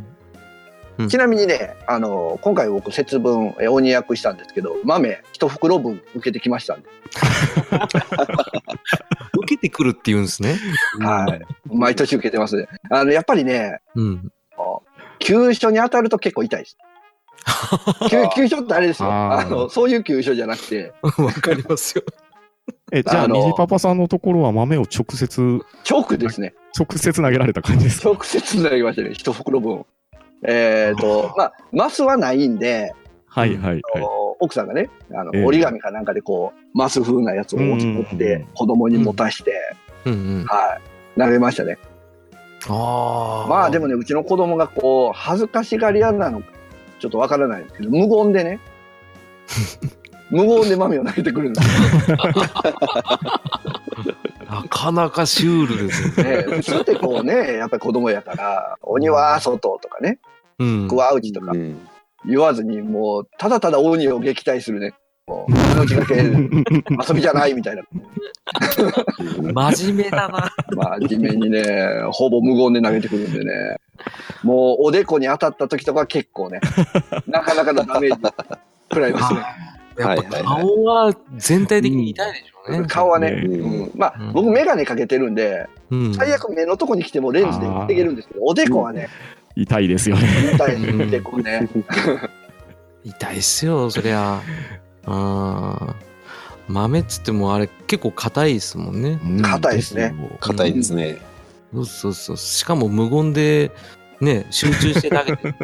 [SPEAKER 2] うん
[SPEAKER 3] ちなみにね、あの、今回僕節分、えー鬼役したんですけど、豆一袋分受けてきましたんで、
[SPEAKER 2] 受けてくるって言うんですね。
[SPEAKER 3] はい。 毎年受けてますね。あの、やっぱりね、
[SPEAKER 2] うん。
[SPEAKER 3] 急所に当たると結構痛いです。給給所ってあれですよ。
[SPEAKER 4] あ
[SPEAKER 3] あ
[SPEAKER 4] ー
[SPEAKER 3] の、そういう給所じゃなくて、
[SPEAKER 2] わかりますよ。
[SPEAKER 4] え、じゃあ、
[SPEAKER 3] あの
[SPEAKER 4] 虹パパさんのところは豆を直接、
[SPEAKER 3] 直です ね。
[SPEAKER 4] 直接投げられた感じですか。
[SPEAKER 3] 直接になりましたね、一袋分。えっ、と、まあ、マスはないんで、
[SPEAKER 4] はいはい
[SPEAKER 3] あ
[SPEAKER 4] はい。
[SPEAKER 3] の奥さんがね、あの、
[SPEAKER 4] ええ
[SPEAKER 3] 折り紙かなんかでこう、マス風なやつを作っ
[SPEAKER 4] うんうんう
[SPEAKER 3] て
[SPEAKER 4] ん、
[SPEAKER 3] 子供に持たして、
[SPEAKER 2] うんうん。
[SPEAKER 3] はい、投げましたね。
[SPEAKER 2] ああ。
[SPEAKER 3] まあでもね、うちの子供がこう、恥ずかしがり屋なのか、ちょっとわからないんですけど、無言 でね、無言で豆を投げてくるんです
[SPEAKER 2] なかなかシュールです
[SPEAKER 3] よ
[SPEAKER 2] よ
[SPEAKER 3] ね
[SPEAKER 2] ね。。
[SPEAKER 3] 普通ってこうね、やっぱり子供やから、鬼は外とかね、
[SPEAKER 2] うん。
[SPEAKER 3] 桑内とか
[SPEAKER 1] うん
[SPEAKER 3] 言わずに、もう、ただただ鬼を撃退するね。もう、命がけ、遊びじゃないみたいな。
[SPEAKER 2] 真面目だな。
[SPEAKER 3] まあ、地面にね、ほぼ無言で投げてくるんでね。もう、おでこに当たった時とか結構ね、なかなかのダメージ食 らいますね。
[SPEAKER 2] やっぱ顔は全体的に痛いでしょうね。
[SPEAKER 3] 顔はね、
[SPEAKER 1] うん
[SPEAKER 3] うんま
[SPEAKER 2] う
[SPEAKER 3] あ
[SPEAKER 2] ん、
[SPEAKER 3] 僕、眼鏡かけてるんで、
[SPEAKER 2] うん
[SPEAKER 3] 最悪目のとこに来てもレンズで見ていけるんですけど、おでこはね、
[SPEAKER 4] 痛いですよね。
[SPEAKER 3] 痛い
[SPEAKER 2] うん
[SPEAKER 3] 結構ね。
[SPEAKER 2] 痛いっすよ、そり ゃ。うん。豆っつってもあれ結構硬いですもんね。
[SPEAKER 3] 硬いですね
[SPEAKER 4] うん。よ
[SPEAKER 1] 硬いですね。
[SPEAKER 2] そうそうそう。しかも無言で、ね、集中して投げてる。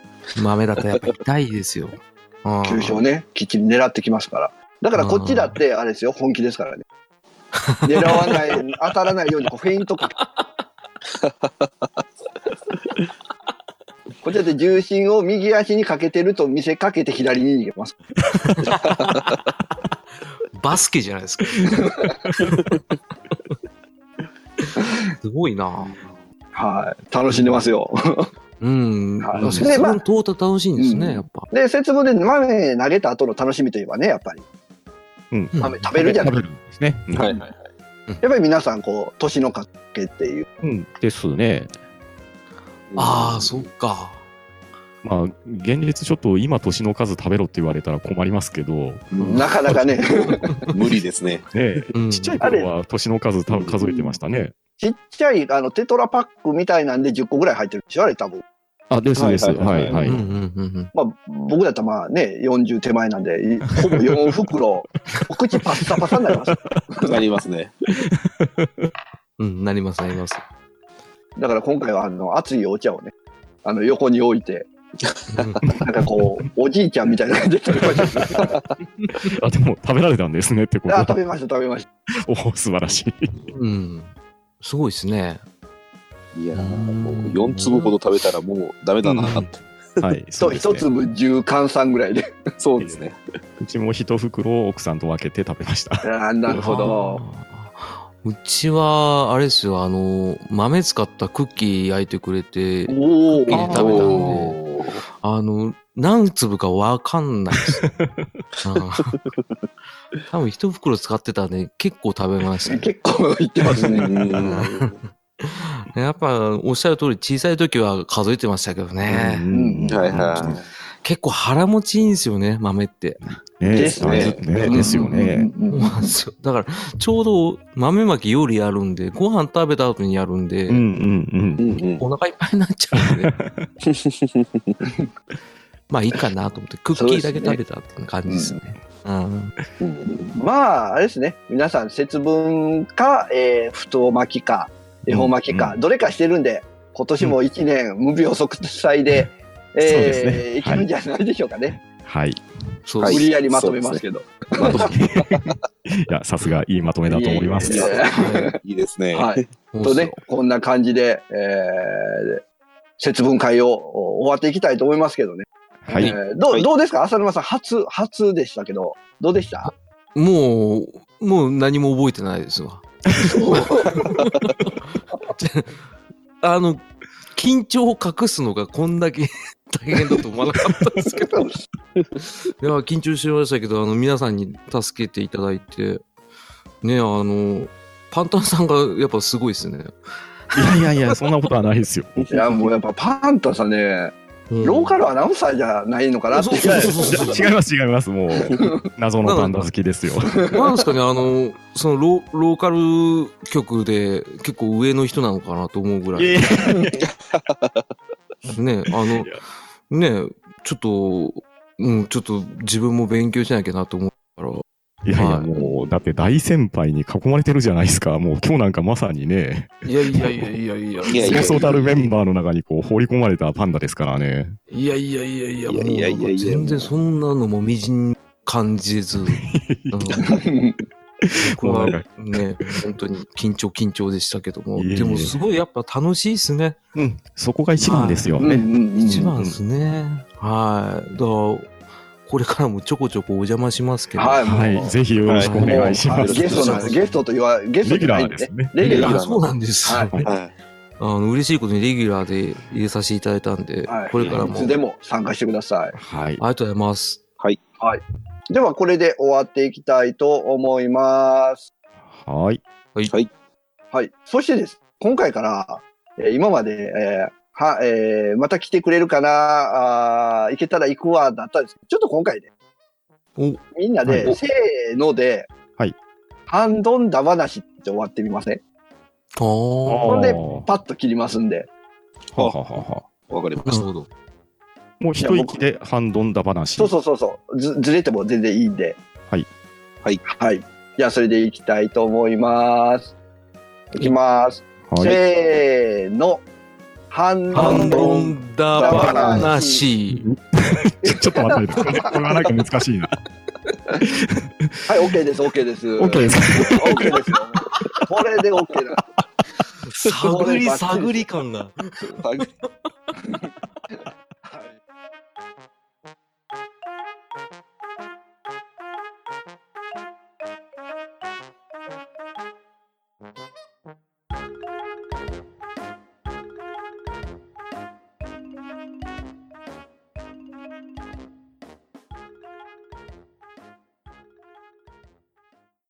[SPEAKER 2] 豆だとやっぱ痛いですよ。うん
[SPEAKER 3] 急所をね、きっちり狙ってきますから。だからこっちだって、あれですよ、本気ですからね。狙 わない、当たらないようにこうフェイントかけ。こっちだって重心を右足にかけてると見せかけて左に逃げます。
[SPEAKER 2] バスケじゃないです か。すごいな。
[SPEAKER 3] はい。楽しんでますよ。
[SPEAKER 2] うん。
[SPEAKER 3] はい
[SPEAKER 2] 節
[SPEAKER 3] でまあ
[SPEAKER 2] 分とうた楽しいんですね、
[SPEAKER 3] うん
[SPEAKER 2] やっぱ。
[SPEAKER 3] で、節分で豆投げた後の楽しみといえばね、やっぱり。豆食べるじゃない
[SPEAKER 4] 食べるんですね。うん
[SPEAKER 1] はいはい。
[SPEAKER 3] やっぱり皆さん、こう、年のかけっていう。
[SPEAKER 4] うんですね。
[SPEAKER 2] ああ、そっか。
[SPEAKER 4] まあ、現実ちょっと今年の数食べろって言われたら困りますけど、
[SPEAKER 1] うん
[SPEAKER 3] なかなかね、
[SPEAKER 1] 無理ですね。
[SPEAKER 4] ね
[SPEAKER 2] うん
[SPEAKER 4] ちっちゃい頃は年の数た数えてましたね。
[SPEAKER 3] ちっちゃい、あの、テトラパックみたいなんで10個ぐらい入ってるでしょ、あれ多分。
[SPEAKER 4] あ、ですです。
[SPEAKER 1] はい
[SPEAKER 4] は
[SPEAKER 1] はいい
[SPEAKER 4] は
[SPEAKER 1] はいい。
[SPEAKER 2] うんうんうんうん。
[SPEAKER 3] まあ、僕だったらまあね、40手前なんで、いほぼ4袋、お口パッサパサになります。
[SPEAKER 1] なりますね。
[SPEAKER 2] うん、なります、なり ます。
[SPEAKER 3] だから今回は、あの、熱いお茶をね、あの、横に置いて、
[SPEAKER 2] うん
[SPEAKER 3] なんかこう、おじいちゃんみたいな感じで食べました。
[SPEAKER 4] あ、でも食べられたんですねってこと
[SPEAKER 3] あ、食べました、食べました。
[SPEAKER 4] おー素晴らしい。
[SPEAKER 2] うん。すごいですね。
[SPEAKER 1] いやー、
[SPEAKER 2] うん
[SPEAKER 1] もう4粒ほど食べたらもうダメだなって。
[SPEAKER 4] はい。
[SPEAKER 3] そう、一
[SPEAKER 4] う
[SPEAKER 3] 粒10換算ぐらいで。
[SPEAKER 1] そうですね。
[SPEAKER 4] ちも一袋を奥さんと分けて食べました。
[SPEAKER 3] あーなるほど。
[SPEAKER 2] あー。うちは、あれですよ、あの、豆使ったクッキー焼いてくれて、
[SPEAKER 3] おお
[SPEAKER 2] いいね食べたんで
[SPEAKER 1] おー
[SPEAKER 2] あの、何粒かわかんないです。うん多分一袋使ってたんで、結構食べましたね。
[SPEAKER 3] 結構いってま すね。
[SPEAKER 1] うん
[SPEAKER 2] やっぱ、おっしゃる通り、小さい時は数えてましたけどね。
[SPEAKER 4] うん
[SPEAKER 1] はいは
[SPEAKER 2] 結構腹持ちいいんですよね、豆って。
[SPEAKER 4] い。ね
[SPEAKER 3] ですね
[SPEAKER 4] ねですよね。。
[SPEAKER 2] そうなんですよだから、ちょうど豆まき料理やるんで、ご飯食べた後にやるんで、
[SPEAKER 4] うんうん
[SPEAKER 1] い。うんうん
[SPEAKER 2] お腹いっぱいになっちゃうんで。 まあいいかなと思って、クッキーだけ食べたって感じですね。うん。
[SPEAKER 1] うん
[SPEAKER 3] まあ、あれですね。皆さん、節分か、えー、太巻きか、恵方巻きか、
[SPEAKER 4] う
[SPEAKER 3] どれかしてるんで、今年も一年無病息災 で、え
[SPEAKER 4] そうです
[SPEAKER 3] ー、いけるんじゃないでしょうかね。
[SPEAKER 4] はい。
[SPEAKER 2] そう
[SPEAKER 1] は
[SPEAKER 2] で
[SPEAKER 1] い
[SPEAKER 3] 無
[SPEAKER 2] す
[SPEAKER 3] 理やりまとめますけど。
[SPEAKER 4] いや、さすがいいまとめだと思いま
[SPEAKER 3] い
[SPEAKER 4] す
[SPEAKER 3] えい。え
[SPEAKER 1] いいですね。
[SPEAKER 3] はい。
[SPEAKER 2] そう
[SPEAKER 3] と
[SPEAKER 2] っすよ
[SPEAKER 3] ね、こんな感じで、えー、節分会をお終わっていきたいと思いますけどね。
[SPEAKER 4] はい
[SPEAKER 3] え。ーど
[SPEAKER 1] は
[SPEAKER 3] う
[SPEAKER 1] い
[SPEAKER 3] どうですか浅沼さん、初、初でしたけど、どうでした
[SPEAKER 2] もう、もう何も覚えてないですわ。 あの、緊張を隠すのがこんだけ大変だと思わなかったですけど。いや、緊張してましたけど、あの、皆さんに助けていただいて、ね、あの、パンタンさんがやっぱすごいですね。
[SPEAKER 4] いやいやいや、そんなことはないですよ。
[SPEAKER 3] いや、もうやっぱパンタさんね、ローカルアナウンサーじゃないのかなっ
[SPEAKER 2] そ
[SPEAKER 3] て
[SPEAKER 2] うそうそう そう
[SPEAKER 4] 違います、違います。もう、謎のパンダ好きですよ。
[SPEAKER 2] なんですかね、あの、そのロローカル局で結構上の人なのかなと思うぐらい。
[SPEAKER 4] いやいや
[SPEAKER 2] ね、あの
[SPEAKER 4] や、
[SPEAKER 2] ね、ちょっと、うん、ちょっと自分も勉強しなきゃなと思うから。
[SPEAKER 4] いやいや、
[SPEAKER 2] はい
[SPEAKER 4] もう、だって大先輩に囲まれてるじゃないですか。もう今日なんかまさにね、
[SPEAKER 2] いやいやいやいやいや。
[SPEAKER 1] いやい
[SPEAKER 4] そ
[SPEAKER 1] や
[SPEAKER 4] うそうたるメンバーの中にこう放り込まれたパンダですからね。
[SPEAKER 2] いやいやいやいや、
[SPEAKER 1] いやいやいやいや
[SPEAKER 2] もう全然そんなのもみじん感じず、うん、僕はね、本当に緊張緊張でしたけども、
[SPEAKER 4] いえいえ
[SPEAKER 2] でもすごいやっぱ楽しいですね。
[SPEAKER 4] うん、そこが一番ですよ
[SPEAKER 3] うんう
[SPEAKER 4] ね。
[SPEAKER 3] んうん
[SPEAKER 2] 一番ですね。はい。だから、これからもちょこちょこお邪魔しますけど、
[SPEAKER 3] はい
[SPEAKER 4] はい、ぜひよろしくお願いし
[SPEAKER 3] もうあ
[SPEAKER 4] ま
[SPEAKER 3] の
[SPEAKER 4] す。
[SPEAKER 3] ゲストなんです。ゲストと言わ、ゲスト
[SPEAKER 4] レギ
[SPEAKER 3] じ
[SPEAKER 4] ュ
[SPEAKER 3] ゃな
[SPEAKER 4] ラ
[SPEAKER 3] い
[SPEAKER 4] ー
[SPEAKER 3] んで
[SPEAKER 4] です
[SPEAKER 3] ね。
[SPEAKER 4] ね。
[SPEAKER 3] レギュラー
[SPEAKER 2] あそうなんです、
[SPEAKER 3] は
[SPEAKER 1] はい。
[SPEAKER 2] あの。嬉しいことにレギュラーで入れさせていただいたんで、
[SPEAKER 3] はい
[SPEAKER 2] これからも。
[SPEAKER 3] いつでも参加してください。
[SPEAKER 4] はい。
[SPEAKER 2] ありがとうございます。
[SPEAKER 3] では、これで終わっていきたいと思います。
[SPEAKER 4] はい。
[SPEAKER 3] はい。そしてです。今回から、えー今まで、えーは、えーまた来てくれるかな、あー行けたら行くわ、だったんですけど、ちょっと今回で、
[SPEAKER 2] お
[SPEAKER 3] みんなで、
[SPEAKER 4] はい
[SPEAKER 3] せーので、
[SPEAKER 4] はい。
[SPEAKER 3] ハンドンダ話って終わってみません
[SPEAKER 2] あ
[SPEAKER 3] ほんで
[SPEAKER 4] あー
[SPEAKER 3] パッと切りますんで。
[SPEAKER 4] はははは。
[SPEAKER 1] わかりま
[SPEAKER 2] あ、な
[SPEAKER 1] し
[SPEAKER 2] る
[SPEAKER 1] た。
[SPEAKER 2] ほど。
[SPEAKER 4] もう一息でハンドンダ話。
[SPEAKER 3] そうそうそうそう。ず、ずれても全然いいんで。
[SPEAKER 4] はい。
[SPEAKER 1] はい。
[SPEAKER 3] はい。じゃあ、それでいきたいと思います。いきます。
[SPEAKER 4] はい。
[SPEAKER 3] せーの。反
[SPEAKER 2] ハ
[SPEAKER 3] 論
[SPEAKER 2] ンドンダ話。
[SPEAKER 4] ちょちょっと待って、これこれはなんか難しいな。
[SPEAKER 3] はい、OK です、OK です。
[SPEAKER 4] OK です。
[SPEAKER 3] OK ですよ。これで OK だ。
[SPEAKER 2] 探り探り感が。
[SPEAKER 1] 探